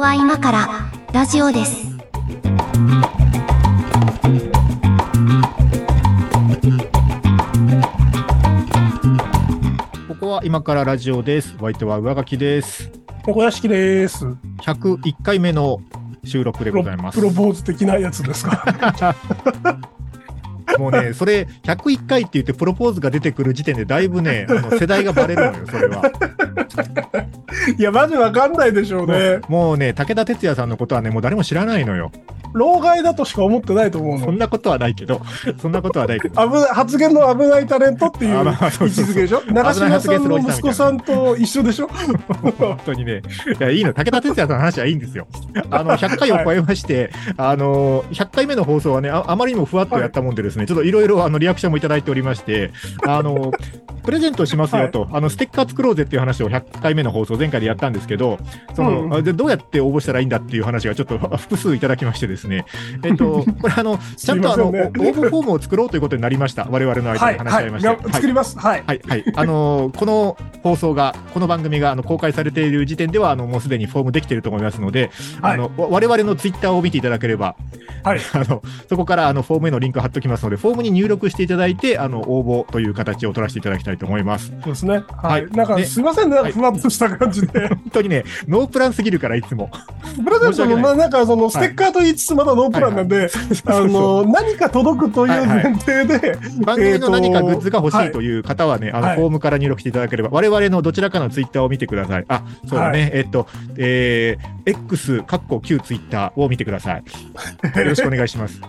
は今からラジオです。ここは今からラジオです。お相手は上書きです。ここ屋敷です。 101回目の収録でプごロざいます。プロポーズ的なやつですか。もうね、それ101回って言ってプロポーズが出てくる時点でだいぶね、あの世代がバレるのよ、それは。いや、マジわかんないでしょうね。もうね、武田鉄矢さんのことはね、もう誰も知らないのよ。老害だとしか思ってないと思うそんの。なことはないけど、そんなことはないけど。危ない発言の危ないタレントっていう位あ置まあそうそうづけでしょ危長ない嶋発さ言んするのおじさん息子さんと一緒でしょ 本当にね、いや、いいの、武田鉄矢さんの話はいいん ですよ。あの、100回を超えまして、あの、100回目の放送はねあ、あまりにもふわっとやったもんでですね、ちょっといろいろ、あの、リアクションもいただいておりまして、あの、 プレゼントしますよと、あの、ステッカー作ろうぜっていう話を100回目の放送、前回でやったんですけど、その、うんあでどうやって応募したらいいんだっていう話がちょっと 複数いただきましてですね、えっ と、これあの、ちゃんとあの、すいませんおね応募フォームを作ろうということになりました。我々の間はでい、話し合はいいまして。が作ります。はい。はい、はい、あのーこの放送が、この番組があの公開されている時点では、あのもうすでにフォームできていると思いますので、はいあのわ我々のツイッターを見ていただければ、はい。あのそこからあのフォームへのリンク貼っときますので、フォームに入力していただいて、あの応募という形を取らせていただきたいと思います。そうですね。ははいい。なんか、ねすいませんね。なんかふわっとした感じで。本当にね、ノープランすぎるから、いつ も。プレゼントも、まあ、なんか、その、ステッカーと言いつつ、まだノープランなんで、あの、何か届くという前提で、番組の何かグッズが欲しえーいとという方はね、あはのいフォームから入力していただければ、我々のどちらかのツイッターを見てください。あ、そうだね、えっと、えー、X、かっこ旧ツイッターを見てください。よろしくお願いします。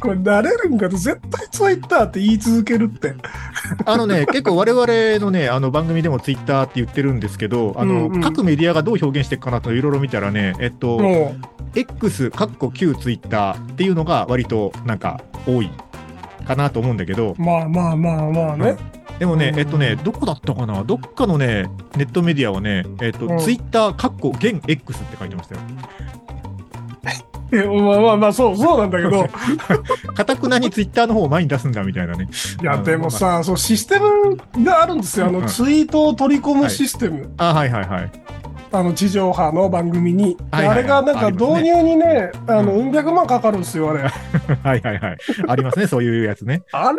これ慣れるんかと絶対ツイッターって言い続けるって。あの ね、結構我々のね、あの番組でもツイッターって言ってるんですけど、あの、うんうん各メディアがどう表現していくかなといろいろ見たらね、えっと、も X、かっこ旧ツイッターっていうのが割となんか多いかなと思うんだけどう、、まあまあまあまあね。でもねう、んえっとね、どこだったかなどっかのね、ネットメディアはね、えっと、うんツイッター、かっこ現 X って書いてましたよ。いやまあまあまあ、そう、そうなんだけど。かたくなにツイッターの方を前に出すんだみたいなね。いや、でもさ、そう、システムがあるんですよ。あうの、んツイートを取り込むシステム。あ、はいはいはい。 あの、地上波の番組に。ではいはいあれがなんあかりますね導入にね、あの、ううん百万かかるんですよ、あれ。はいはいはい。ありますね、そういうやつね。あれ、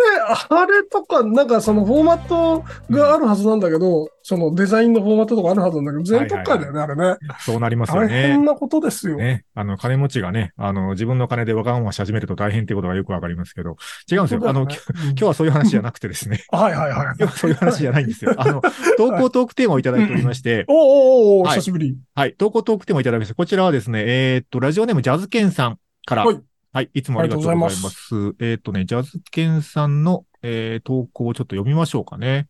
あれとか、なんかそのフォーマットがあるはずなんだけど、そのデザインのフォーマットとかあるはずなんだけど、全特化だよね、あれね。そうなりますよ大ね。変なことですよ。ね、あの、金持ちがね、あの、自分の金でわがままし始めると大変ってことがよくわかりますけど、違うんですよ。あの、きょ今今日はそういう話じゃなくてです ね、はいはいはい。今日はそういう話じゃないんですよ。あの、投稿トークテーマをいただいておりまして、おうおうおうおうはい久しぶり。はい、投稿トークテーマをいただきました。こちらはですね、えーっと、ラジオネームジャズケンさんから、はいはい、いつもありがとうございます。ありがえーっとね、ジャズケンさんの、えー投稿をちょっと読みましょうかね。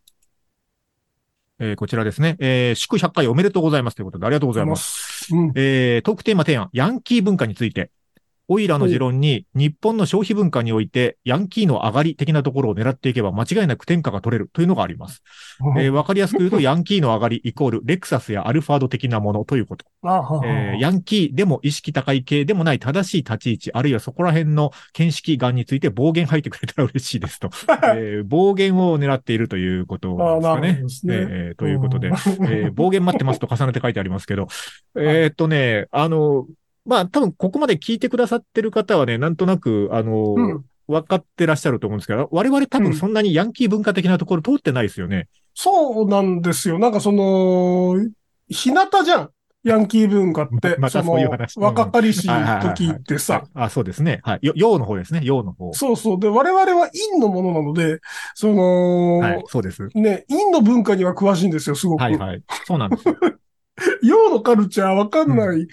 えーこちらですね、えー祝100回おめでとうございますということで、ありがとうごございます。す。うん。えートークテーマ提案、ヤンキー文化について。オイラーの持論に、日本の消費文化において、ヤンキーの上がり的なところを狙っていけば、間違いなく天下が取れるというのがあります。えーわかりやすく言うと、ヤンキーの上がりイコール、レクサスやアルファード的なものということ。あははえーヤンキーでも意識高い系でもない正しい立ち位置、あるいはそこら辺の見識眼について暴言吐いてくれたら嬉しいです と。えー暴言を狙っているということあですなかるねほど。ですえね。ーということでうえん。ー暴言待ってますと重ねて書いてありますけど、えーっとね、あの、まあ、多分ここまで聞いてくださってる方はね、なんとなく、あの、うん分かってらっしゃると思うんですけど、我々多分そんなにヤンキー文化的なところ通ってないですよね。そうなんですよ。なんかその、日向じゃん。ヤンキー文化って。 ままたそういう話の若かりしうんはいはいはいはい時ってさ。あ、そうですね。はい。よ洋の方ですね、洋の方。そうそう。で、我々は陰のものなので、その、はい、そうです。ね、陰の文化には詳しいんですよ、すごく。はいはい。そうなんですよ。洋のカルチャーわかんない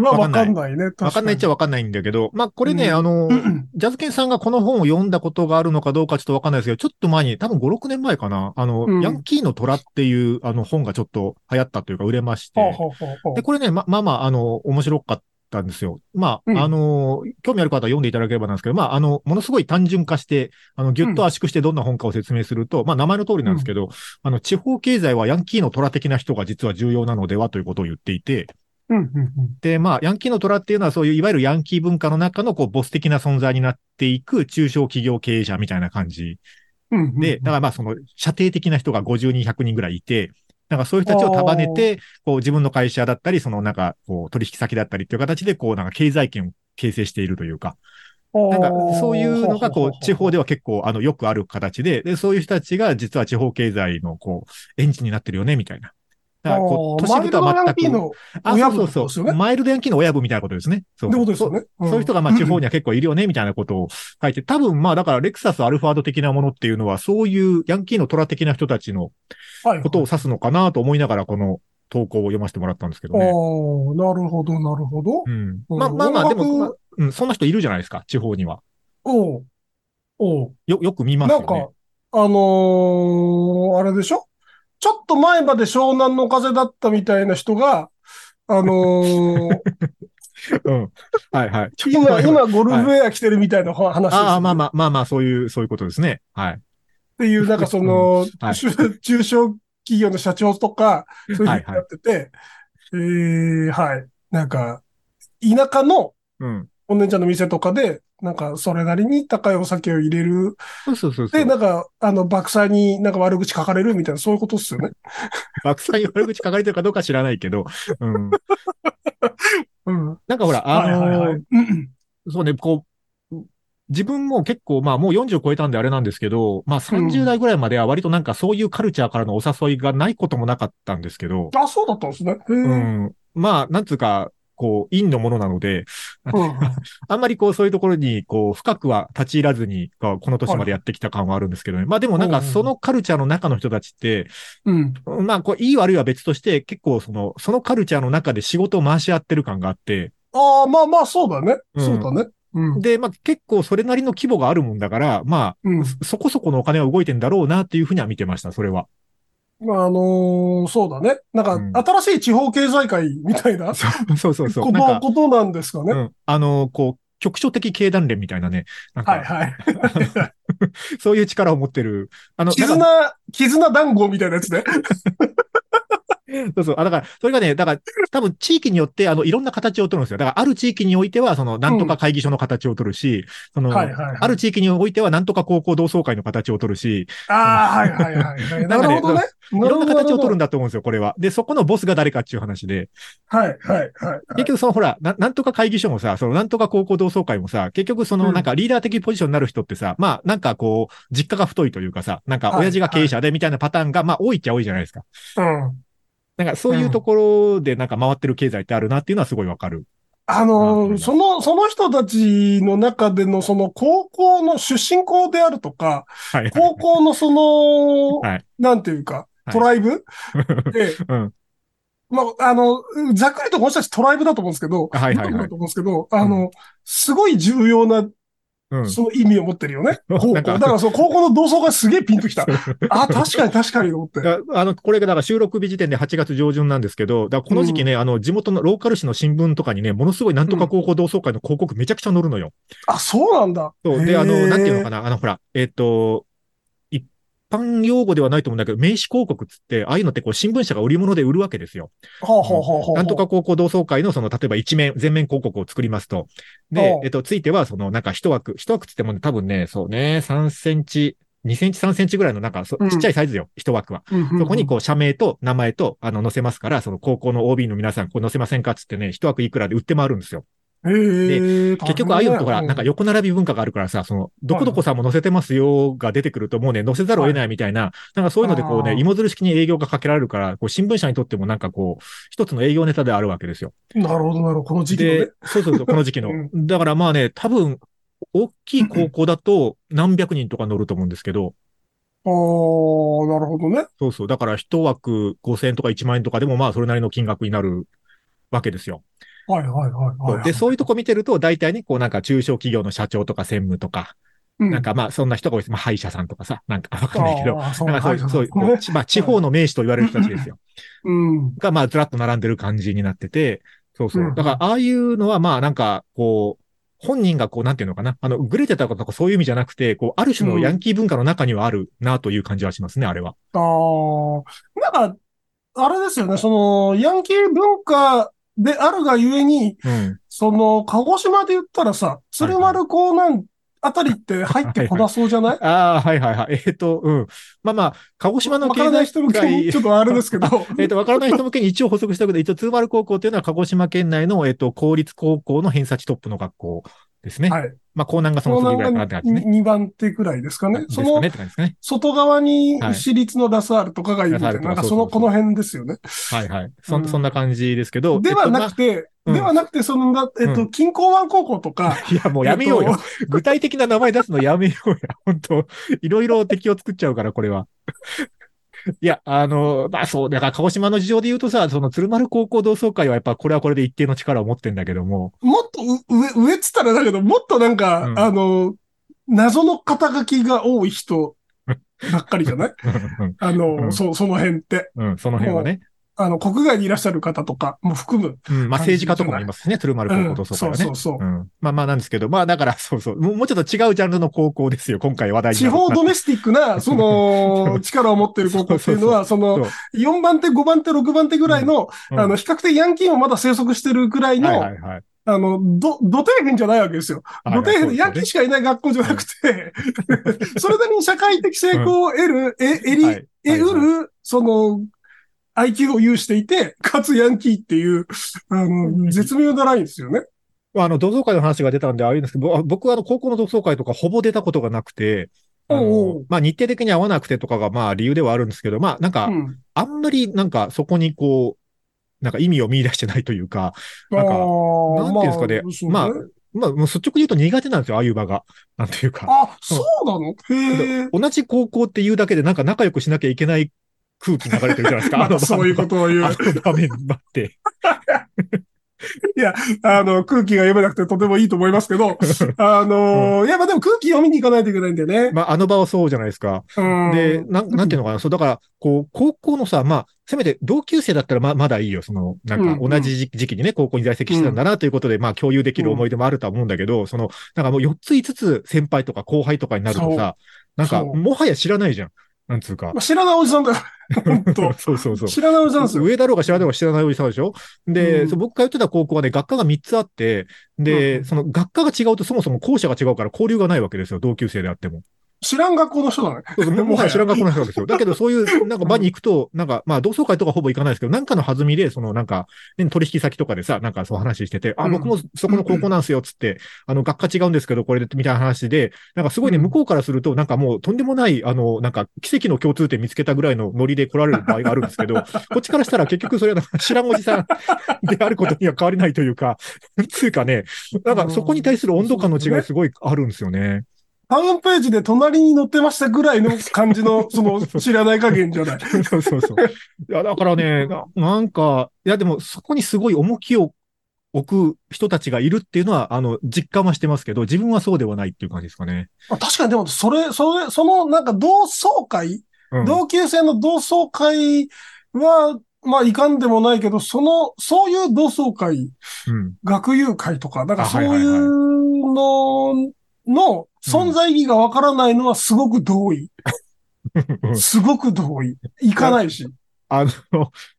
はわかわんないかんないね。わかんないっちゃゃわかんないんだけど、まあ、これね、うんあの、ジャズケンさんがこの本を読んだことがあるのかどうかちょっとわかんないですけど、ちょっと前に、多分5、6年前かな、あの、うんヤンキーの虎っていうあの本がちょっと流行ったというか売れまして、はあはあはあはあで、これね、ま、まあまあ、あの、面白かったんですよ。まあ、うんあの、興味ある方は読んでいただければなんですけど、まあ、あの、ものすごい単純化して、あの、ぎゅっと圧縮してどんな本かを説明すると、まあ、名前の通りなんですけど、あの、地方経済はヤンキーの虎的な人が実は重要なのではということを言っていて、うんうんうんで、まあ、ヤンキーの虎っていうのはそういう、いわゆるヤンキー文化の中の、こう、ボス的な存在になっていく中小企業経営者みたいな感じうんうん。で、だからまあ、その、射程的な人が50人、100人ぐらいいて、なんかそういう人たちを束ねて、こう自分の会社だったり、そのなんかこう取引先だったりっていう形で、こうなんか経済圏を形成しているというか、なんかそういうのがこう地方では結構あのよくある形で、で、そういう人たちが実は地方経済のこうエンジンになってるよね、みたいな。だからこう、都市部とは全く。く。あ、親そう分そうですそよう。ね。マイルドヤンキーの親分みたいなことですね。そうってことですそようね。うんそういう人がまあ地方には結構いるよね、みたいなことを書いて、多分まあだからレクサスアルファード的なものっていうのは、そういうヤンキーの虎的な人たちのはいことを指すのかなと思いながら、この投稿を読ませてもらったんですけどね。ああ、なるほど、なるほどう。ん、うんまあまあまあ、で音楽も、まあうん、そんな人いるじゃないですか、地方には。おうおうよ、よく見ますなよんね。か、あのーあれでしょちょっと前まで湘南の風だったみたいな人が、あ のーうん。はいはい。 今、今ゴルフウェア着てるみたいな話ですよね、ああ、まあまあまあまあ、そういう、そういうことですね。はい。っていう、なんかその、はい中中小企業の社長とか、そういうふうにやってて、えーはい。なんか、田舎のうん。お姉ちゃんの店とかで、なんか、それなりに高いお酒を入れる。そうそうそうそう。で、なんか、あの、爆災になんか悪口書かれるみたいな、そういうことっすよね。爆災に悪口書かれてるかどうか知らないけど、うん。うん。なんかほら、あのー はいはいはい。うんそうね、こう、自分も結構、まあもう40超えたんであれなんですけど、まあう30ん代ぐらいまでは割となんかそういうカルチャーからのお誘いがないこともなかったんですけど、あ、そうだったんですね。へーううん。ん。まあ、なんつうか、こう、陰のものなので、あんまりこう、そういうところに、こう、深くは立ち入らずに、こうこの年までやってきた感はあるんですけどね。まあでもなんか、うんそのカルチャーの中の人たちって、うん。まあ、こう、いい悪いは別として、結構その、そのカルチャーの中で仕事を回し合ってる感があって、ああ、まあまあ、そうだね。うんそうだね。うん。で、まあ結構それなりの規模があるもんだから、まうん。あ、そこそこのお金は動いてんだろうなっていうふうには見てました、それは。まあ、あのーそうだね。なんか、新しい地方経済界みたいな、 そうそうそう。こなんのか、ことなんですかうね。ん、あの、こう、局所的経団連みたいなね、なんはいか、はい。そういう力を持ってる、あの、なんか絆、絆団子みたいなやつね。そうそう。あ、だから、それがね、だから、多分地域によって、あの、いろんな形を取るんですよ。だから、ある地域においては、その、なんとか会議所の形を取るし、その、はいはいはいある地域においては、なんとか高校同窓会の形を取るし、ああ、はいはいはい はい。なんなかねるほどね。いいろんな形を取るんだ。だと思うんですよ、これは。で、そこのボスが誰かっていう話で。はいはいはい。結局、その、ほら、ななんとか会議所もさ、その、なんとか高校同窓会もさ、結局、その、うんなんか、リーダー的ポジションになる人ってさ、まあ、なんかこう、実家が太いというかさ、なんか、親父が経営者でみたいなパターンが、まあ、多いっちゃ多いじゃないですか。うん。なんか、そういうところで、なんか、回ってる経済ってあるなっていうのはすごいわかる。ああのーーその、その人たちの中での、その高校の出身校であるとか、はい。高校のその、 はいなんていうか、はいトライ ブ、で、うん。まあ、あの、ざっくりとこの人たちトライブだと思うんですけど、はいはいはい部族だと思うんですけど、あの、すごい重要なうん。その意味を持ってる よね。うん高校。なんだかからその高校の同窓会すげえピンと きた。あ、確かに確かにと思って。だあの、これが、だから収録日時点で8月上旬なんですけど、だからこの時期ね、あの、地元のローカル紙の新聞とかにね、ものすごいなんとか高校同窓会の広告めちゃくちゃ載るのよ。あ、そうなんだ。そう。で、あの、なんていうのかな。な、あの、ほら、えっ、と、一般用語ではないと思うんだけど、名刺広告っつって、ああいうのってこう、新聞社が売り物で売るわけですよ。ほうほうほうほう。なんとか高校同窓会のその、例えば一面、全面広告を作りますと。でおう、えっと、ついては、その、なんか一枠、一枠つってもね、多分ね、そうね、3センチ、2センチ、3センチぐらいの、なんか、そうんちっちゃいサイズよ、一枠は。うんうんうん、そこにこう社名と名前とあの載せますから、その高校の OB の皆さん、これ載せませんかっつってね、一枠いくらで売って回るんですよ。へー、結局ああいうのとほら、なんかよ横並び文化があるからさ、その、どこどこさんも載せてますよが出てくるともうね、載せざるを得ないみたいな、なんかそういうのでこうあね、ー芋づる式に営業がかけられるから、こう新聞社にとってもなんかこう、一つの営業ネタであるわけですよ。なるほど、なるほど。この時期のねで。、そうそうそう、この時期の うん。だからまあね、多分、大きい高校だと何百人とか乗ると思うんですけど、あー、なるほどね。そうそう。だから一枠5000円とか1万円とかでもまあそれなりの金額になるわけですよ。はいはいはいはい、はい。で、そういうとこ見てると大体ね、こうなんか中小企業の社長とか専務とか、うん、なんかまあそんな人が多いです。まあ歯医者さんとかさ、なんかわかんないけど。あー、そうなんかそういう、そういうこう ちまあ地方の名士と言われる人たちですよ。うん。がまあずらっと並んでる感じになってて、そうそうう。んだからああいうのはまあなんかこう、本人がこうなんていうのかな、あの、グレてたとかそういう意味じゃなくて、こう、ある種のヤンキー文化の中にはあるなという感じはしますね、あれは。あー、なんか、あれですよね、その、ヤンキー文化であるがゆえに、うん。その、鹿児島で言ったらさ、鶴丸港なんあたりって入ってこなそうじゃないああ、はいはいはい。えっ、と、うん。まあまあ、鹿児島のわからない人向けに、ちょっとあれですけど。 えっ、と、わからない人向けに一応補足しておくと、一応、通丸高校というのは鹿児島県内の、えっ、と、公立高校の偏差値トップの学校ですね。はい。まあ、江南がその湘次ぐらい南かながって感じですね。 2番手くらいですかね。ですそかのねって感じですかね。外側に私立のラサールとかがいるみたいな、はいなんかそラサールの、とかこそうそうそうの辺ですよね。はいはい。そ,、うんん、そんな感じですけど。ではなて、くて、うんではなくて、そのな、えっうと、近郊湾高校とか、まあいや、もうやめようえよっ。と。具体的な名前出すのやめようや。本当いろいろ敵を作っちゃうから、これは。 いや、あの、まあそう、だから鹿児島の事情で言うとさ、その鶴丸高校同窓会はやっぱこれはこれで一定の力を持ってんだけども、もっとう上、上っつったらだけど、もっとなんか、うんあの、謎の肩書きが多い人ばっかりじゃない うんあうの、んそう、その辺って。うん、うんその辺はね。あの、国外にいらっしゃる方とかも含む。うん、まあ政治家とかもいますしね、鶴丸う高ん校同窓会そうはね。そうそうう。ん、まあまあなんですけど、まあだからそうそう、もうもうちょっと違うジャンルの高校ですよ、今回話題に地方ドメメスティックな、 その、力を持ってる高校っていうのは、その、4番手、5番手、6番手ぐらいの、あの、比較的ヤンキーもまだ生息してるくらいはいはの、いはい。あの、ど、土底辺じゃないわけですよ。はいは土い底辺でヤンキそうでーすしかいない学校じゃなくて、それなりに社会的成功を得る、え、えよねはりい、えうる、その、IQ を有していて、かつヤンキーっていう、あの、絶妙なラインですよね。あの、同窓会の話が出たんで、ああいうんですけど、ぼあ僕はあの、高校の同窓会とかほぼ出たことがなくて、あおうおのう、まあ、日程的に合わなくてとかが、まあ、理由ではあるんですけど、まあ、なんかう、ん。あんまり、なんか、そこにこう、なんか意味を見出してないというか、なんかあーなんていうんですかねまあそうね、まあ、もう率直に言うと苦手なんですよ、ああいう場が。なんていうか。あ、そうなのへえ。同じ高校っていうだけで、なんか仲良くしなきゃいけない空気流れてるじゃないですか、 またそういうことを言うあ。の場面ばって。あの、空気が読めなくてとてもいいと思いますけ ど、あのー、いや、まあでも空気読みに行かないといけないんだよね。まあ、あの場はそうじゃないですか。うんで、なん、なんていうのかな、そう、だから、こう、高校のさ、まあ、せめて同級生だったらま、まだいいよ、その、なうんんうんか、同じ時時期にね、高校に在籍してたんだな、ということで、まあ、共有できる思い出もあるとは思うんだけど、その、なんかもう4つ5つ先輩とか後輩とかになるとさ、なんか、そうもはや知らないじゃん。なんつうかまあ、。知らないおじさ んだよ。本当そうそうそう。知らないおじさんですよ。上だろうが知らないろうが知らないおじさんでしょで、うんそう僕通ってた高校はね、学科が3つあって、で、うんその学科が違うとそもそも校舎が違うから交流がないわけですよ、同級生であっても。知らん学校の人だね。そうそうももはや知らん学校の人なんです よ。だけど、そういう、なんか場に行くと、なんか、まあ、同窓会とかほぼ行かないですけど、なんかの弾みで、その、なんか、ね、取引先とかでさ、なんかそう話してて、うあ、ん僕もそこの高校なんすよ、つって、あの、学科違うんですけど、これで、みたいな話で、なんかすごいね、うん向こうからすると、なんかもう、とんでもない、あの、なんか、奇跡の共通点見つけたぐらいのノリで来られる場合があるんですけど、 こっちからしたら結局それはなんか知らんおじさんであることには変わりないというか、 つうかね、なんかそこに対する温度感の違いすごいあるんですよね。タウンページで隣に載ってましたぐらいの感じ の、その、知らない加減じゃない。そうそうそう。いや、だからね、ななんか、いや、でもそこにすごい重きを置く人たちがいるっていうのは、あの、実感はしてますけど、自分はそうではないっていう感じですかね。あ確かにでも、それ、それ、その、なんか同窓会、うん、同級生の同窓会は、まあ、いかんでもないけど、その、そういう同窓会、うん学友会とか、なんかあそはういはいいはいうのの存在意義がわからないのはすごく同意。すごく同意。行かないし。あの、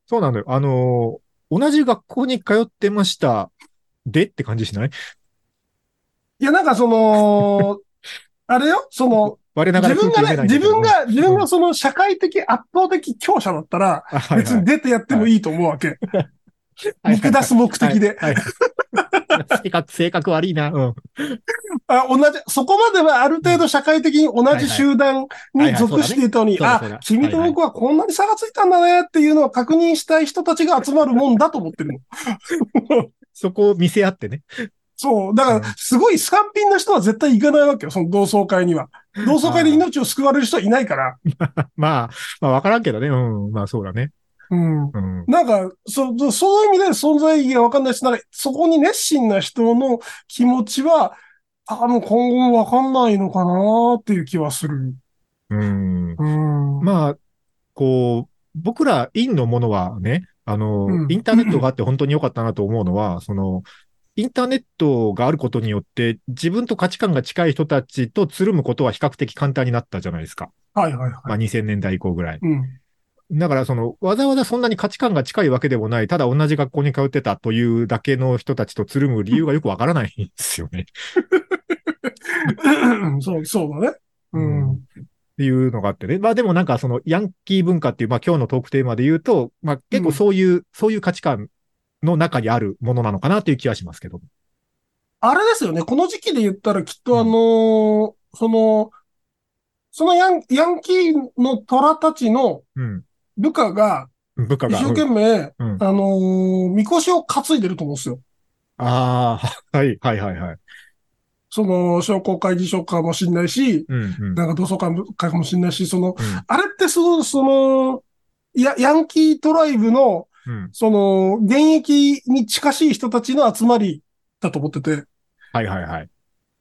そうなのよ。あの、同じ学校に通ってました。でって感じしないいや、なんかその、 あれよ、その、我なが自ら分がね、自分、が、自分がその社会的圧倒的強者だったら、別に出てやってもいいと思うわけ。見下すす目的で。はいはいはい性格、性格悪いな。うん。あ、同じ、そこまではある程度社会的に同じ集団に属していたのはに、いはいはいあは、いそうだね君と僕はこんなに差がついたんだねっていうのを確認したい人たちが集まるもんだと思ってるの。そこを見せ合ってね。そう。だかうんら、すごいスカンピンな人は絶対行かないわけよ、その同窓会には。同窓会で命を救われる人はいないから。まあ、まあ、わからんけどね。うん。まあ、そうだね。うん。うん。なんか、そ、そそういう意味で存在意義がわかんないし、なんか、そこに熱心な人の気持ちは、あ、もう今後もわかんないのかなっていう気はする。うん。うん。まあ、こう、僕ら、インのものはね、あの、うんインターネットがあって本当に良かったなと思うのは、その、インターネットがあることによって、自分と価値観が近い人たちとつるむことは比較的簡単になったじゃないですか。はいはいはい。まあ、2000年代以降ぐらい。うん。だから、その、わざわざそんなに価値観が近いわけでもない、ただ同じ学校に通ってたというだけの人たちとつるむ理由がよくわからないんですよね。そう、そうだね。うん。っていうのがあってね。まあでもなんかそのヤンキー文化っていう、まあ今日のトークテーマで言うと、まあ結構そういう、そういう価値観の中にあるものなのかなっていう気はしますけど。あれですよね。この時期で言ったらきっとあのーその、そのヤンヤンキーの虎たちのうん。部下が部下一が。生懸命、うんうんあのー、みこしを担いでると思うんですよ。ああ、 はい、はい、はい、はい。その、商工会議所かもしんないし、うん、うん。なんか同窓会かもしんないし、その、あれってすごい、その、や、ヤンキートライブの、うん、うん。その、現役に近しい人たちの集まりだと思ってて。はい、はい、はい。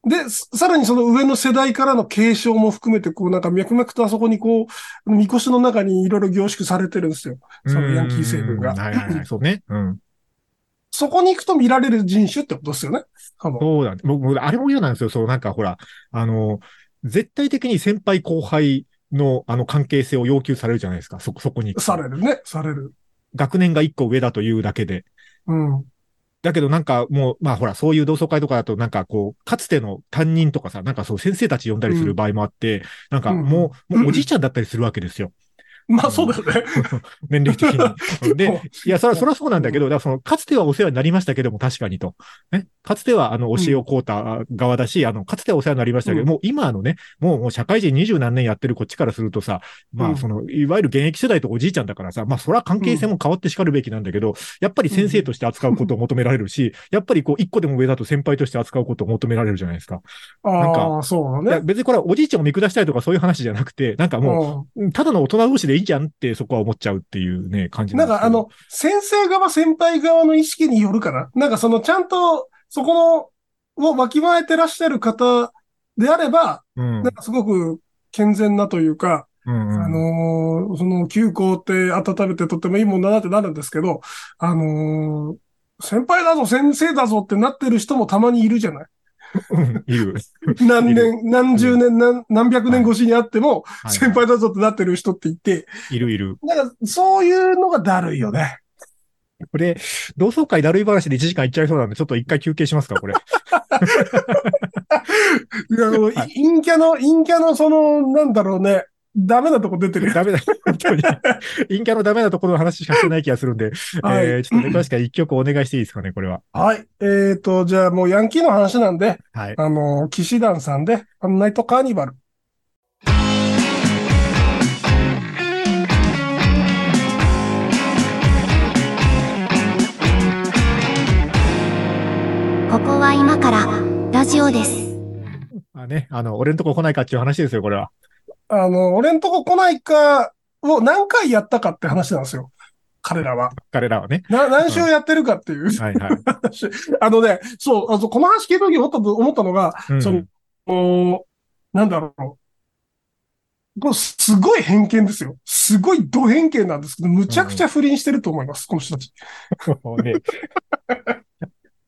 で、ささらにその上の世代からの継承も含めて、こうなんか脈々とあそこにこう、みこしの中にいろいろ凝縮されてるんですよ。そのヤンキー成分がうんはい、はい、はい。そうね。うん。そこに行くと見られる人種ってことですよね。多分そうなんです僕、僕あれも嫌なんですよ。そう、なんかほら、あの、絶対的に先輩後輩の、あの、関係性を要求されるじゃないですか。そ、そこに。されるね。される。学年が一個上だというだけで。うん。だけどなんかもう、まあほら、そういう同窓会とかだとなんかこう、かつての担任とかさ、なんかそう先生たち呼んだりする場合もあって、なんかもう、うんもうおじいちゃんだったりするわけですよ。まあそうだよね。年齢的 に。うでん、いや、そら、そらそうなんだけど、だからその、かつてはお世話になりましたけども、確かにと。ね。かつては、あの、教えをこうた側だし、あの、かつてはお世話になりましたけど、うんもう今のね、もう、もう社会人二十何年やってるこっちからするとさ、まうんあ、その、いわゆる現役世代とおじいちゃんだからさ、まあ、そら関係性も変わってしかるべきなんだけど、やっぱり先生として扱うことを求められるし、やっぱりこう、一個でも上だと先輩として扱うことを求められるじゃないですか。なんあかあ、そういだやね。別にこれはおじいちゃんを見下したいとかそういう話じゃなくて、なんかもうんう、ただの大人同士でいいじゃんってそこは思っちゃうっていうね、感じなんですけかどあの、先生側、先輩側の意識によるかな。なんかそのちゃんと、そこの、をわきまえてらっしゃる方であれば、うんなんかすごく健全なというか、うんうんあのーその、休校って温めてとってもいいもんだなってなるんですけど、あのー先輩だぞ、先生だぞってなってる人もたまにいるじゃない。うん い る。何年、何十年、何何百年越しにあっても、はい先輩だぞってなってる人っていて、いるいる。なんかそういうのがだるい よね。これ、同窓会だるい話で1時間いっちゃいそうなんで、ちょっと一回休憩しますか、こ れ。いや、あの、いは陰キャの、陰キャのその、なんだろうね、ダメなとこ出てるよ。ダメだ、本当に。陰キャのダメなところの話しかしてない気がするんで、 はい。 えーちょっとね、確かに一曲お願いしていいですかね、これは。はい。えーと、じゃあもうヤンキーの話なんで、はい。あの、騎士団さんで、あのナイトカーニバル。ここは今からラジオです。まあね、あの、俺のとこ来ないかっていう話ですよ、これは。あの、俺んとこ来ないかを何回やったかって話なんですよ。彼らは。彼らはね。な、何週やってるかっていう。 はいはい。あのね、そう、あの、この話聞いた時に思ったと思ったのが、うんそのおなんだろう。これすごい偏見ですよ。すごいド偏見なんですけど、むちゃくちゃ不倫してると思います、この人たち。もうね。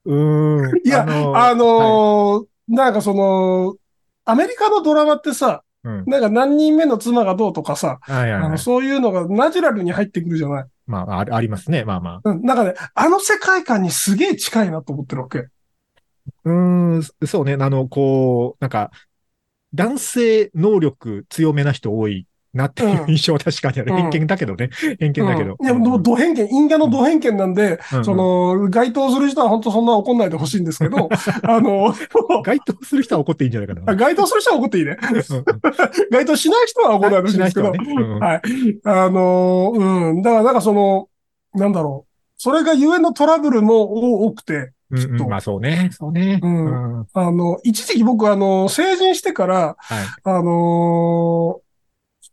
うーん。いやのあのーなんかその、アメリカのドラマってさ、うんなんか何人目の妻がどうとかさ、はいはいあはのい。そういうのがナチュラルに入ってくるじゃない。まあ、あありますね、まあまあ。うん、なんかね、あの世界観にすげえ近いなと思ってるわけ。うーん、そそうね。あの、こう、なんか、男性能力強めな人多いなっていううん印象は確かにある。うん偏見だけどね。偏見だけど。うんいや、ど、ど偏見、陰キャのド偏見なんで、うんそ、の、該当する人は本当そんな怒んないでほしいんですけ ど、あの、該当する人は怒っていいんじゃないかな。該当する人は怒っていいね。う該当しない人は怒らないでほしいんですけど、しない人はねうんはい。 あのーうん。だから、なんかその、なんだろう。それがゆえのトラブルも多くて、んきっうんとまあそうね。そうね。うんうんあの、一時期僕、あの、成人してから、はい。あのー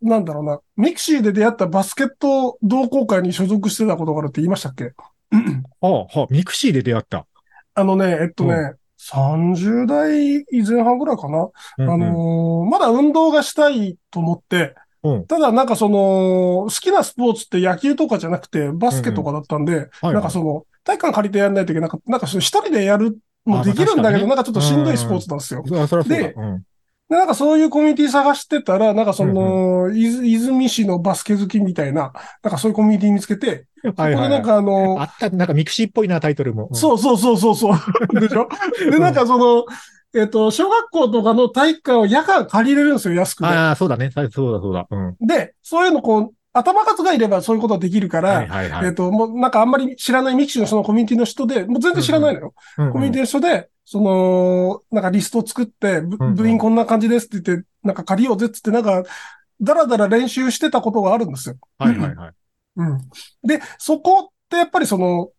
なんだろうな、ミクシーで出会ったバスケット同好会に所属してたことがあるって言いましたっけ はあ、はあ、ミクシーで出会った。あのね、えっとね、う30代前半ぐらいかな。うんうんあのーまだ運動がしたいと思って、うんただなんかその、好きなスポーツって野球とかじゃなくて、バスケとかだったんで、はいなんかその、体育館借りてやんないといけなかった。なんかその一人でやるもできるんだけど、あなまんかちょっとしんどいスポーツなんですよ。そそらそうだ。でうんで、なんかそういうコミュニティ探してたら、なんかその、いず泉市のバスケ好きみたいな、なんかそういうコミュニティ見つけて、そこはいではいはなんい。かあのあ、った、なんかミクシーっぽいな、タイトルも。そうそうそうそうそう。でしょ うで、んなんかその、えっと、小学校とかの体育館を夜間借りれるんですよ、安くああ、そうだね。さそうだ、そうだ。うん。で。で、そういうのこう、頭数がいればそういうことはできるから、はいはいはい。えっと、もうなんかあんまり知らないミキシーのそのコミュニティの人で、もう全然知らないのよ。うんうんコミュニティの人で、その、なんかリストを作って、ぶうんうん部員こんな感じですって言って、なんか借りようぜって言って、なんか、だらだら練習してたことがあるんですよ。はいはいはい。うん。で、そこってやっぱりその、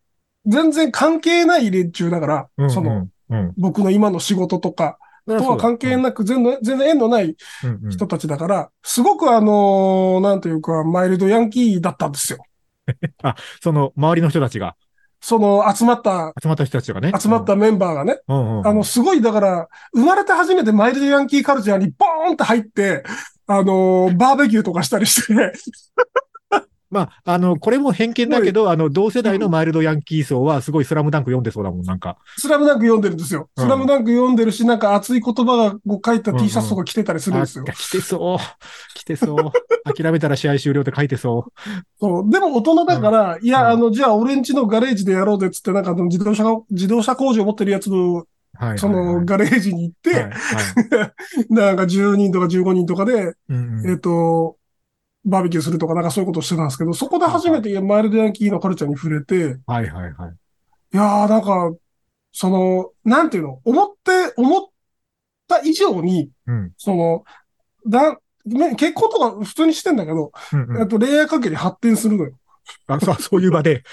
全然関係ない連中だから、うんうんその、、うん。僕の今の仕事とか、ととは関係いなく、全然全然縁のない人たちだから、すごくあのーなんというか、マイルドヤンキーだったんですよ。その、周りの人たちが、その、集まった、集まった人たちがね。集まったメンバーがね、うん。うんうん、あの、、すごい、だから、生まれて初めてマイルドヤンキーカルチャーにボーンって入って、あのーバーベキューとかしたりして、 まあ、あの、これも偏見だけど、あの、同世代のマイルドヤンキー層は、すごいスラムダンク読んでそうだもん、なんか。スラムダンク読んでるんですよ。うんスラムダンク読んでるし、なんか熱い言葉がこう書いたうんうん T シャツとか着てたりするんあ、ですよ。来てそう。来てそう。諦めたら試合終了って書いてそそう。でも大人だから、いや、うんあの、じゃあ俺んちのガレージでやろうぜっつって、なんかあの自動車が、自動車工場持ってるやつの、う。はい。そのはいガレージに行っはいて、はいなんか10人とか15人とかで、うんうん えっと、バーベキューするとかなんかそういうことをしてたんですけど、そこで初めてマイルドヤンキーのカルチャーに触れて、はいはいはい。いやー、なんか、その、なんていうの、思って、思った以上に、うん。その、だ、ね結婚とか普通にしてんだけど、うんうあん、と恋愛関係に発展するのよ。あそうそういう場 で。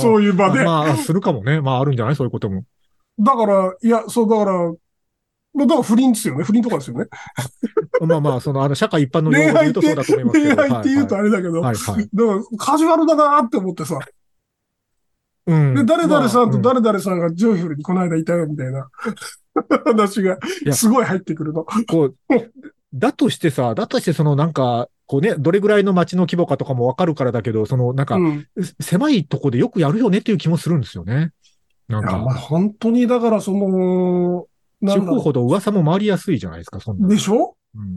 そういうう場で。だかまあ、するかもね。まあ、あるんじゃないそういうことも。ら、いや、そう、だから、まあだから不倫ですよね。不倫とかですよね。まあまあ、その、あの、社会一般の用語で恋言愛うってとそうだと思います恋けど。愛って言うとあれだけど、はいはい。はいだからカジュアルだなーって思ってさ、うんで、誰々さんとまあ誰々さんがジョイフルにこの間いたよみたいな 話がいやすごい入ってくるの。うんこう、だとしてさ、だとしてそのなんか、こうね、どれぐらいの街の規模かとかもわかるからだけど、そのなんか、うんせ狭いとこでよくやるよねっていう気もするんですよね。なんいやまか、あ本当に、だからその、な地んだ方ろほど噂も回りやすいじゃないですか、そんうなでん。しょうんだ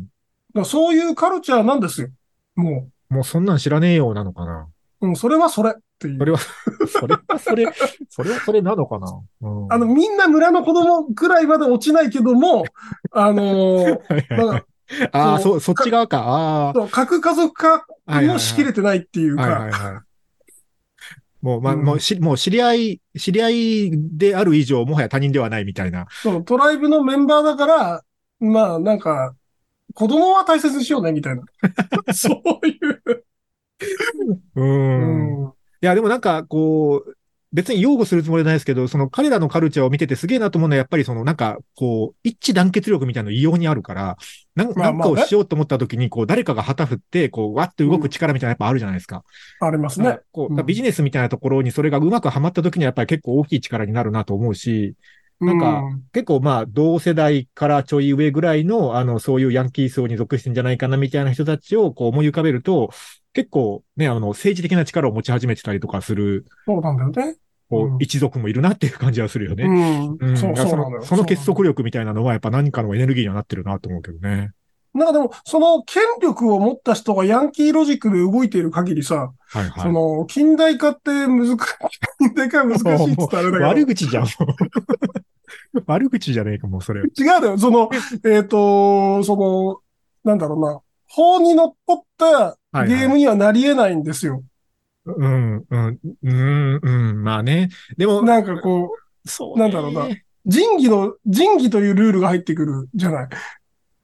からそういうカルチャーなんですよ。ももうそんなん知らねえようなのかな。う、うん、それはそれってい。そうれは、それはそれ、 それはそれなのかな。うんあの、みんな村の子供くらいまで落ちないけど も、あのーはいはいだはかいああ、そそ、そっち側か。あら、核家族あ。化はいはいはもいしきれてないっていうはいはか、いはい。もう、まあ、うんもう、し、もう知り合い、知り合いである以上、もはや他人ではないみたいな。そのトライブのメンバーだから、まあなんか、子供は大切にしようね、みた いな。そういう。う。うんいや、でもなんか、こう、別に擁護するつもりはないですけど、その彼らのカルチャーを見ててすげえなと思うのは、やっぱりその、なんか、こう、一致団結力みたいなの異様にあるから、なんまなあんまあかねをしようと思った時に、こう、誰かが旗振って、こう、わって動く力みたいなのやっぱあるじゃないですか。ありますなんねか。こうう、んビジネスみたいなところにそれがうまくはまった時にはやっぱり結構大きい力になるなと思うし、なんかうん結構まあ同世代からちょい上ぐらいの、あの、そういうヤンキー層に属してんじゃないかなみたいな人たちをこう思い浮かべると、結構ね、あの、政治的な力を持ち始めてたりとかする、そうなんだよね。こうんう、一族もいるなっていう感じはするよね。う。うんんそう、そうなだのかよ。らそのその結そうなの束力みたいなのはやっぱ何かのエネルギーにはなってるなと思うけどね。なんかでも、その権力を持った人がヤンキーロジックで動いている限りさ、はいはそい。の、近代化って難しい、近代化は難しいって言ったらあれだけ 悪ど、口じ ゃん。もう悪口じゃねえか、もうそれ。違うのよ。その、えっ、と、その、なんだろうな、法にのっぽったはいはいゲームにはなり得ないんですよ。うん、うん、うん、うん、まあね。でも、なんかこう、そうなんだろうな。仁義の、仁義というルールが入ってくるじゃない。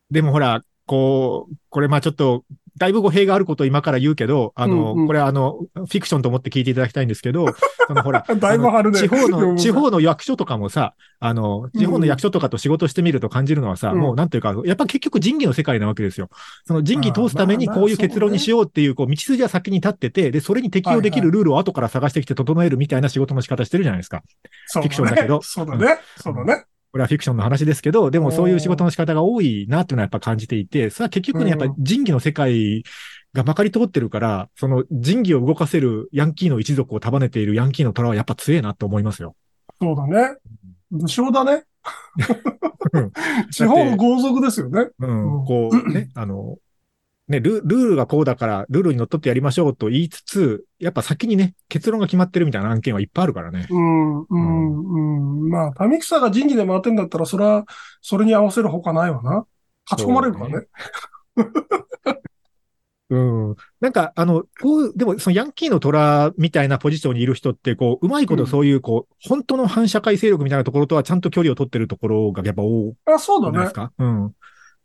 でもほら、こう、これまあちょっと、だいぶ語弊があることを今から言うけど、あの、うんうんこれはあの、フィクションと思って聞いていただきたいんですけど、 そのほら、だ いぶ張るね。地方での、も地方の役所とかもさ、あの、地方の役所とかと仕事してみると感じるのはさ、うんもうなんていうか、やっぱ結局仁義の世界なわけですよ。その仁義通すためにあーまあこういう結論にしようっていう、こう、道筋は先に立ってて、で、それに適用できるルールを後から探してきて整えるみたいな仕事の仕方してるじゃないですか。そうフィクションだけどそうだね。そうだね。これはフィクションの話ですけど、でおもーそういう仕事の仕方が多いなっていうのはやっぱ感じていて、それは結局ね、やっぱ仁義の世界がまかり通ってるから、その仁義を動かせるヤンキーの一族を束ねているヤンキーの虎はやっぱ強えなと思いますよ。そうだね。武将だね。 地方の豪族ですよね。うん、うんこうね、あの、ね、ルルールがこうだから、ルールにのっとってやりましょうと言いつつ、やっぱ先にね、結論が決まってるみたいな案件はいっぱいあるからね。うん、うん、うん。まあ、タミキサが人事で回ってんだったら、それは、それに合わせるほかないわな。勝ち込まれるからね。うん。なんか、あの、こう、でも、そのヤンキーの虎みたいなポジションにいる人って、こう、うまいこうとんそういう、こう、本当の反社会勢力みたいなところとはちゃんと距離を取ってるところがやっぱ多いあ、そうじゃないでだねす。か。うん。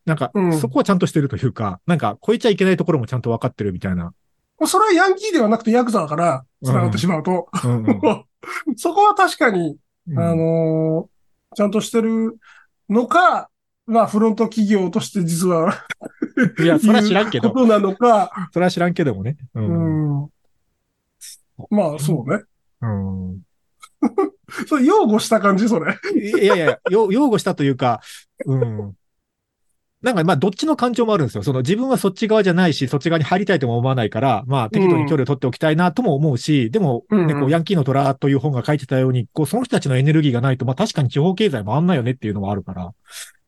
なんかうん、そこはちゃんとしてるというか、なんか、超えちゃいけないところもちゃんと分かってるみたいな。それはヤンキーではなくてヤクザだから、繋がってしまうと。 うんうんそこは確かに、うんあのーちゃんとしてるのか、まあ、フロント企業として実は、 いや、それは知らんけこど、となのか、それは知らんけどもね。う。うんん。まあ、そうね。うんそれ、擁護した感じ、それ。いやいや、よ擁護したというか、うん。なんか、まあ、どっちの感情もあるんですよ。その自分はそっち側じゃないし、そっち側に入りたいとも思わないから、まあ、適度に距離を取っておきたいなとも思うし、でも、うんね、こう、ヤンキーの虎という本が書いてたように、こう、その人たちのエネルギーがないと、まあ、確かに地方経済回んないよねっていうのはあるから、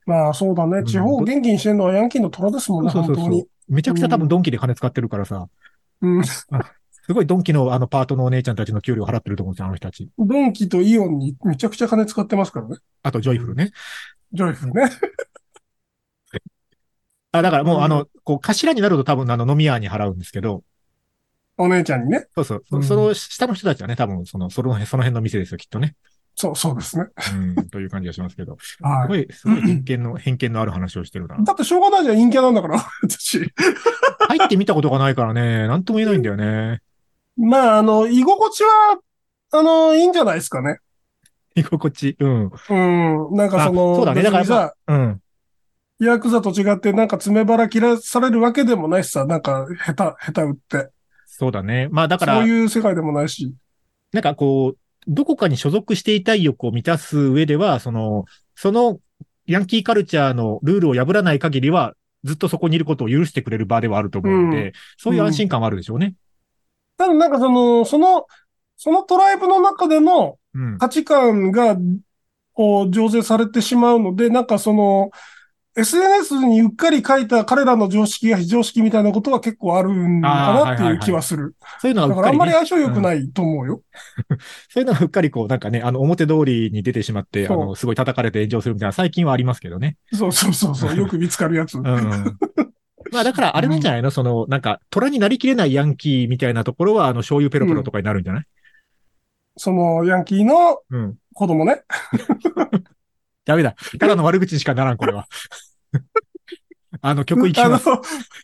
まあ、そうだね。地方を元気にしてるのはヤンキーの虎ですもんね、そうそ本う当そうに。めちゃくちゃ多分ドンキで金使ってるからさ、うん。すごいドンキのあのパートのお姉ちゃんたちの給料払ってると思うんですよ、あの人たち。ドンキとイオンにめちゃくちゃ金使ってますからね。あと、ジョイフルね。ジョイフルね。あ、だからもう、うんあの、こう、頭になると多分、あの、飲み屋に払うんですけど、お姉ちゃんにね。そうそう。うそんその下の人たちはね、多分その、その辺、その辺の店ですよ、きっとね。そう、そうですね。うん、 という感じがしますけど。すはい。ごい、すごい偏見 の、偏見のある話をしてるな。だってしょうがないじゃん、陰キャなんだから、 私。入ってみたことがないから ね、なんとも言えないんだよね。まあ、あの、居心地は、あの、いいんじゃないですかね。居心地。うん。うん。なんかその、あそうだね別だにからさ、うん。ヤクザと違って、なんか爪腹切らされるわけでもないしさ、なんか、下手、下手打って。そうだね。まあだかそうら、いう世界でもないし。なんかこう、どこかに所属していたい欲を満たす上では、その、その、ヤンキーカルチャーのルールを破らない限りは、ずっとそこにいることを許してくれる場ではあると思うので、うそういう安心感はあるでしょうね。ただなんかその、その、そのトライブの中でのうん。価値観が、を醸成されてしまうので、なんかその、SNS にうっかり書いた彼らの常識が非常識みたいなことは結構あるんかなっていう気はする。そういうのはだうっかからあり、んね、まり相性良くないと思うよ。そういうのがうっかりこう、なんかね、あの、表通りに出てしまって、あそうの、すごい叩かれて炎上するみたいな、最近はありますけどね。そうそうそう そう、よく見つかるやつ。うん。 まあだから、あれなんじゃないのその、なんか、虎になりきれないヤンキーみたいなところは、あの、醤油ペロペロとかになるんじゃないその、ヤンキーのうん。子供ね。ダメだ。ただの悪口にしかならん、これは。 あの、曲いき あのま、す。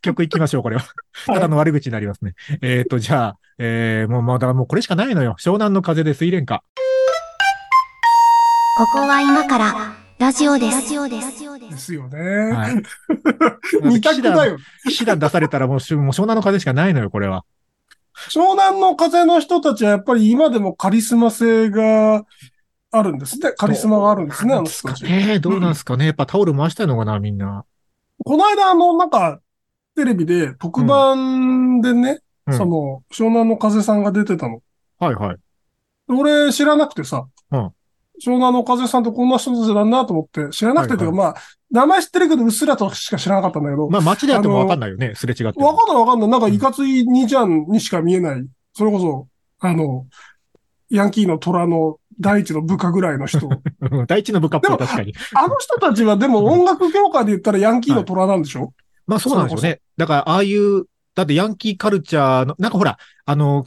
曲いきましょう、これは。ただの悪口になりますね。えっと、じゃあ、えー、もう、まあだからもうこれしかないのよ。湘南の風で水蓮 花。ここは今からラジオです。ラジオです。ですよね。はい。 二択だよ。騎士団。騎士団出されたらもうし、もう湘南の風しかないのよ、これは。湘南の風の人たちはやっぱり今でもカリスマ性があるんですね。カリスマがあるんですね、あなんのです人かたち。ね。どうなんですかね。やっぱタオル回したいのかな、みんな。この間、あの、なんか、テレビで特番でね、うんその、湘南の風さんが出てたの。はいはい。俺知らなくてさ、うん湘南の風さんってこんな人たちだなと思って、知らなくてというか、まあ、名前知ってるけどうっすらとしか知らなかったんだけど、まあ街であってもわかんないよね、すれ違ってわも。かんないわかんない。なんかいかつい兄ちゃんにしか見えない。それこそ、あの、ヤンキーの虎の第一の部下ぐらいの 人。うん第一の部下っぽい、でも確かに。あの人たちはでも音楽業界で言ったらヤンキーの虎なんでしょ、まあそうなんですよね。だから、ああいう、だってヤンキーカルチャーの、なんかほら、あの、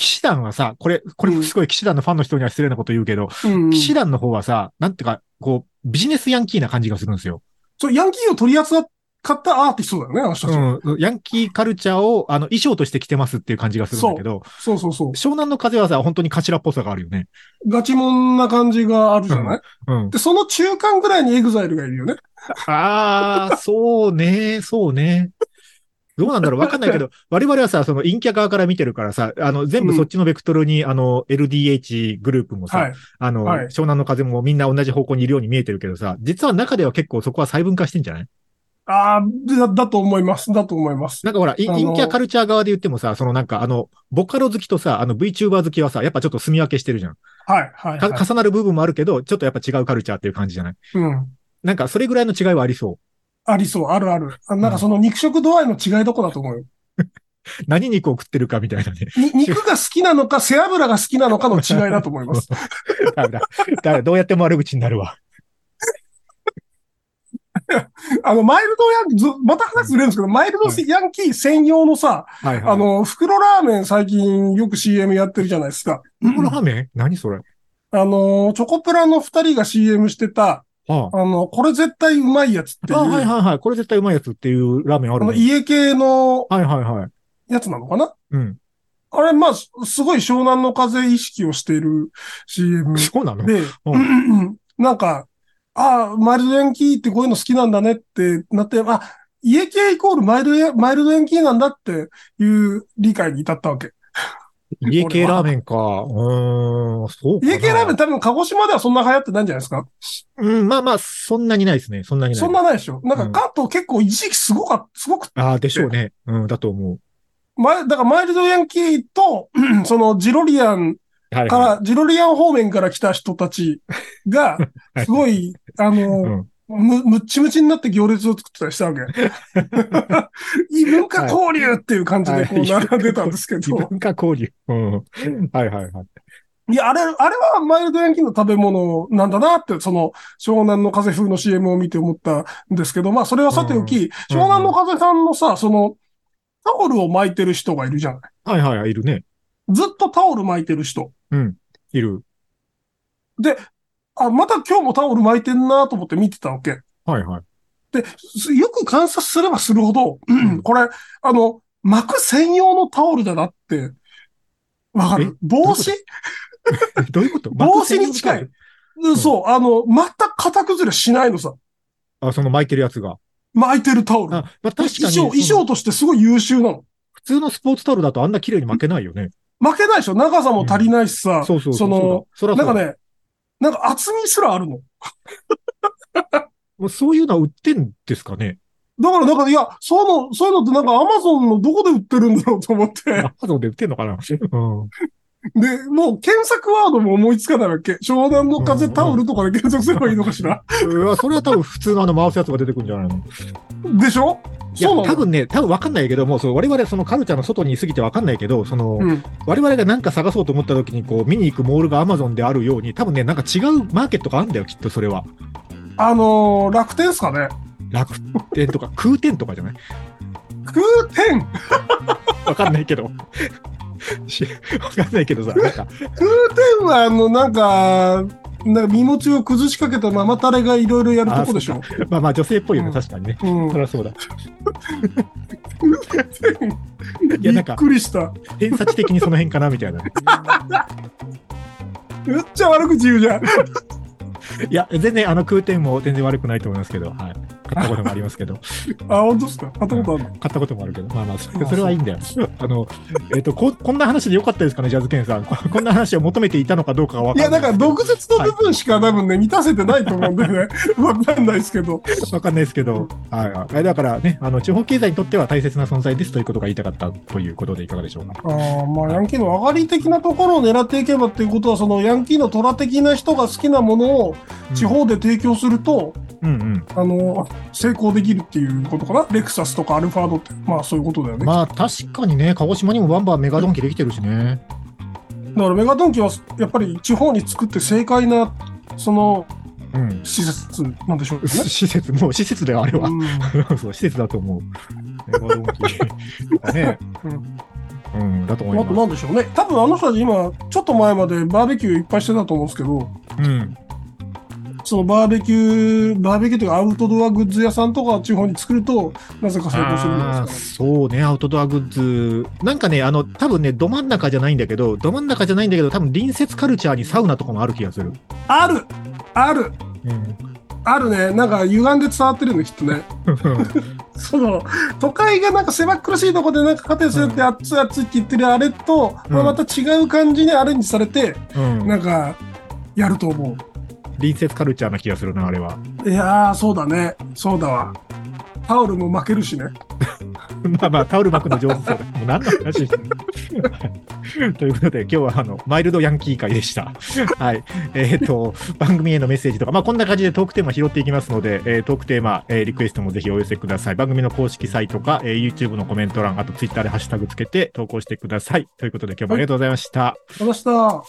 騎士団はさ、これ、こうれんすごい騎士団のファンの人には失礼なこと言うけど、うん。騎士団の方はさ、なんていうか、こう、ビジネスヤンキーな感じがするんですよ。そう、ヤンキーを取り扱ったアーティストだよね、あの人たちは。うん。ヤンキーカルチャーを、あの、衣装として着てますっていう感じがするんだけど、そうそうそう。湘南の風はさ、本当に頭っぽさがあるよね。ガチモンな感じがあるじゃない、うん。で、その中間ぐらいにエグザイルがいるよね。ああ、そうね、そうね。どうなんだろうわかんないけ ど、我々はさ、その陰キャ側から見てるからさ、あの、全部そっちのベクトルに、あの、LDH グループもさ、はい。あの、はい湘南の風もみんな同じ方向にいるように見えてるけどさ、実は中では結構そこは細分化してんじゃないああ、だ、だと思います。だと思います。なんかほら、いあの陰キャカルチャー側で言ってもさ、そのなんかあの、ボカロ好きとさ、あの VTuber 好きはさ、やっぱちょっと住み分けしてるじゃん。はい、はい、かはい。重なる部分もあるけど、ちょっとやっぱ違うカルチャーっていう感じじゃないうん。なんかそれぐらいの違いはありそう。ありそう、あるある。あなんかその肉食度合いの違いどこだと思うよ。何肉を食ってるかみたいなね。に肉が好きなのか、背脂が好きなのかの違いだと思います。 ダメだ。ダメだ。どうやっても悪口になるわ。あの、マイルドヤンキーず、また話ずれるんですけど、マイルドヤンキー専用のさ、はいはい。あ、の、袋ラーメン最近よく CM やってるじゃないですか。このラーメン何それあの、チョコプラの二人が CM してた、ああの、これ絶対うまいやつってい、あ。あはいうはいはい。これ絶対うまいやつっていうラーメンああるの、ね。家系のはいはいはい。やつなのかなうん。あれ、まあ、すすごい湘南の風意識をしている CM そうなの で、うなんか、ああ、マイルドヤンキーってこういうの好きなんだねってなって、あ、家系イコールマイルドヤマイルドヤンキーなんだっていう理解に至ったわけ。家系ラーメンか。うーん、そうかな。家系ラーメン多分鹿児島ではそんな流行ってないんじゃないですかうん、まあまあ、そんなにないですね。そんなにない。そんなないでしょなんうかん関東結構一時期すごかった、すごく、ああ、でしょうね。うん、だと思ま、だからマイルドヤンキーと、 そのジロリアンう。はい、かはら、ジロリアン方面から来た人たちが、 はいすごい、あい。の、うん。む、むっちむちになって行列を作ってたりしたわけ。 異文化交流っていう感じでこうはい並んでたんですけ自ど。分が交流。うん。はいはいはい。 いや、あれ、あれはマイルドヤンキーの食べ物なんだなって、その、湘南の風風の CM を見て思ったんですけど、まあ、それはさておき、うん湘南の風さんのさ、その、タオルを巻いてる人がいるじゃなはい。いはいはい、いるね。ずっとタオル巻いてる人。いる。あ、また今日もタオル巻いてんなと思って見てたわけ。はいはい。で、すよく観察すればするほど、んこれ、あの、巻く専用のタオルだなって、わかえる帽子どういうこと帽子に近い。。うんそう、あの、全く型崩れしないのさ。あ、その巻いてるやつが。巻いてるタオル。あ、まあ確かに。衣装、衣その装としてすごい優秀なの。普通のスポーツタオルだとあんな綺麗に巻けないよね。負けないでしょ長さも足りないしさ。そうそうそう。の、そうだそならそんかうだね、なんか厚みすらあるの。もうそういうのは売ってんですかね。だから、なんか、いや、そうの、そういうのってなんかアマゾンのどこで売ってるんだろうと思って。アマゾンで売ってんのかな。うん。で、もう検索ワードも思いつかないわけ。湘南の風タオルとかで検索すればいいのかしら。うわ、それは多分普通のあの回すやつが出てくるんじゃ ないのでしょいやそうなの多分ね、多分わかんないけども、そう我々そのカルチャーの外にいすぎてわかんないけど、その、うん。我々が何か探そうと思った時にこう見に行くモールがアマゾンであるように、多分ね、なんか違うマーケットがあるんだよ、きっとそれは。あのー、楽天ですかね。楽天 とか空天とかじゃない空天わかんないけ ど。しわかんないけどさ、なんか、空天は、あの、なんか、なんか身持ちを崩しかけたままタレがいろいろやるとこでしょ。まあまあ女性っぽいよね、うん確かにね。うんそりゃそうだ。 いやなびんっかくりした。偏差値的にその辺かな みたいなね。めっちゃ悪口言うじゃん。いや、全然あの空天も全然悪くないと思いますけど、はい。買ったこともありますけ ど、あ、本当ですか買ったことあるの買ったこともあるけど、まあまあ、それそれはいいんだよ。あの、えっ、とこ、こんな話でよかったですかね、ジャズケンさん。ここんな話を求めていたのかどうかは分かいや、んなないんか、毒舌の部分しか多分ね、満たせてないと思うんだ よね。わかんないですけど。わかんないですけど、はいはいえ。だからね、あの、地方経済にとっては大切な存在ですということが言いたかったということでいかがでしょうか。あーまあ、ヤンキーの上がり的なところを狙っていけばっていうことは、そのヤンキーの虎的な人が好きなものを地方で提供すると、うんうん。あの、成功できるっていうことかな。レクサスとかアルファードって、まあそういうことだよね。まあ確かにね、鹿児島にもバンバンメガドンキできてるしね。だからメガドンキは、やっぱり地方に作って正解な、その、うん。施設なんでしょうね。 施設、もう施設だよ、あれはう。んそう、施設だと思う。メガドンキ。ね。うん、だと思あいとまなんでしょうね。多分あの人たち今、ちょっと前までバーベキューいっぱいしてたと思うんですけど、す。うん。そのバーベキュー、バーベキューというかアウトドアグッズ屋さんとか地方に作ると、なぜか成功するんじゃないあーですか。そうね、アウトドアグッズ。なんかね、あの、多分ね、ど真ん中じゃないんだけど、ど真ん中じゃないんだけど、多分隣接カルチャーにサウナとかもある気がする。あるあるあるね。なんか歪んで伝わってるよね、きっとね。その、都会がなんか狭っ苦しいとこでなんか家庭するってあっつあっつって言ってるあれと、うんまあまた違う感じにアレンジされて、うん、なんか、やると思隣接カルチャーな気がするな、あれは。う。いやー、そうだね。そうだわ。タオルも負けるしね。 まあまあ、タオル巻くの上手そうだ。もう何の話してんの はいということで、今日はあのマイルドヤンキー会でした。 はい。えっ、と、番組へのメッセージとか、まあこんな感じでトークテーマ拾っていきますので、えートークテーマ、えーリクエストもぜひお寄せください。番組の公式サイトか、えー YouTube のコメント欄、あと Twitter でハッシュタグつけて投稿してください。ということで、今日もありがとうございました。話した。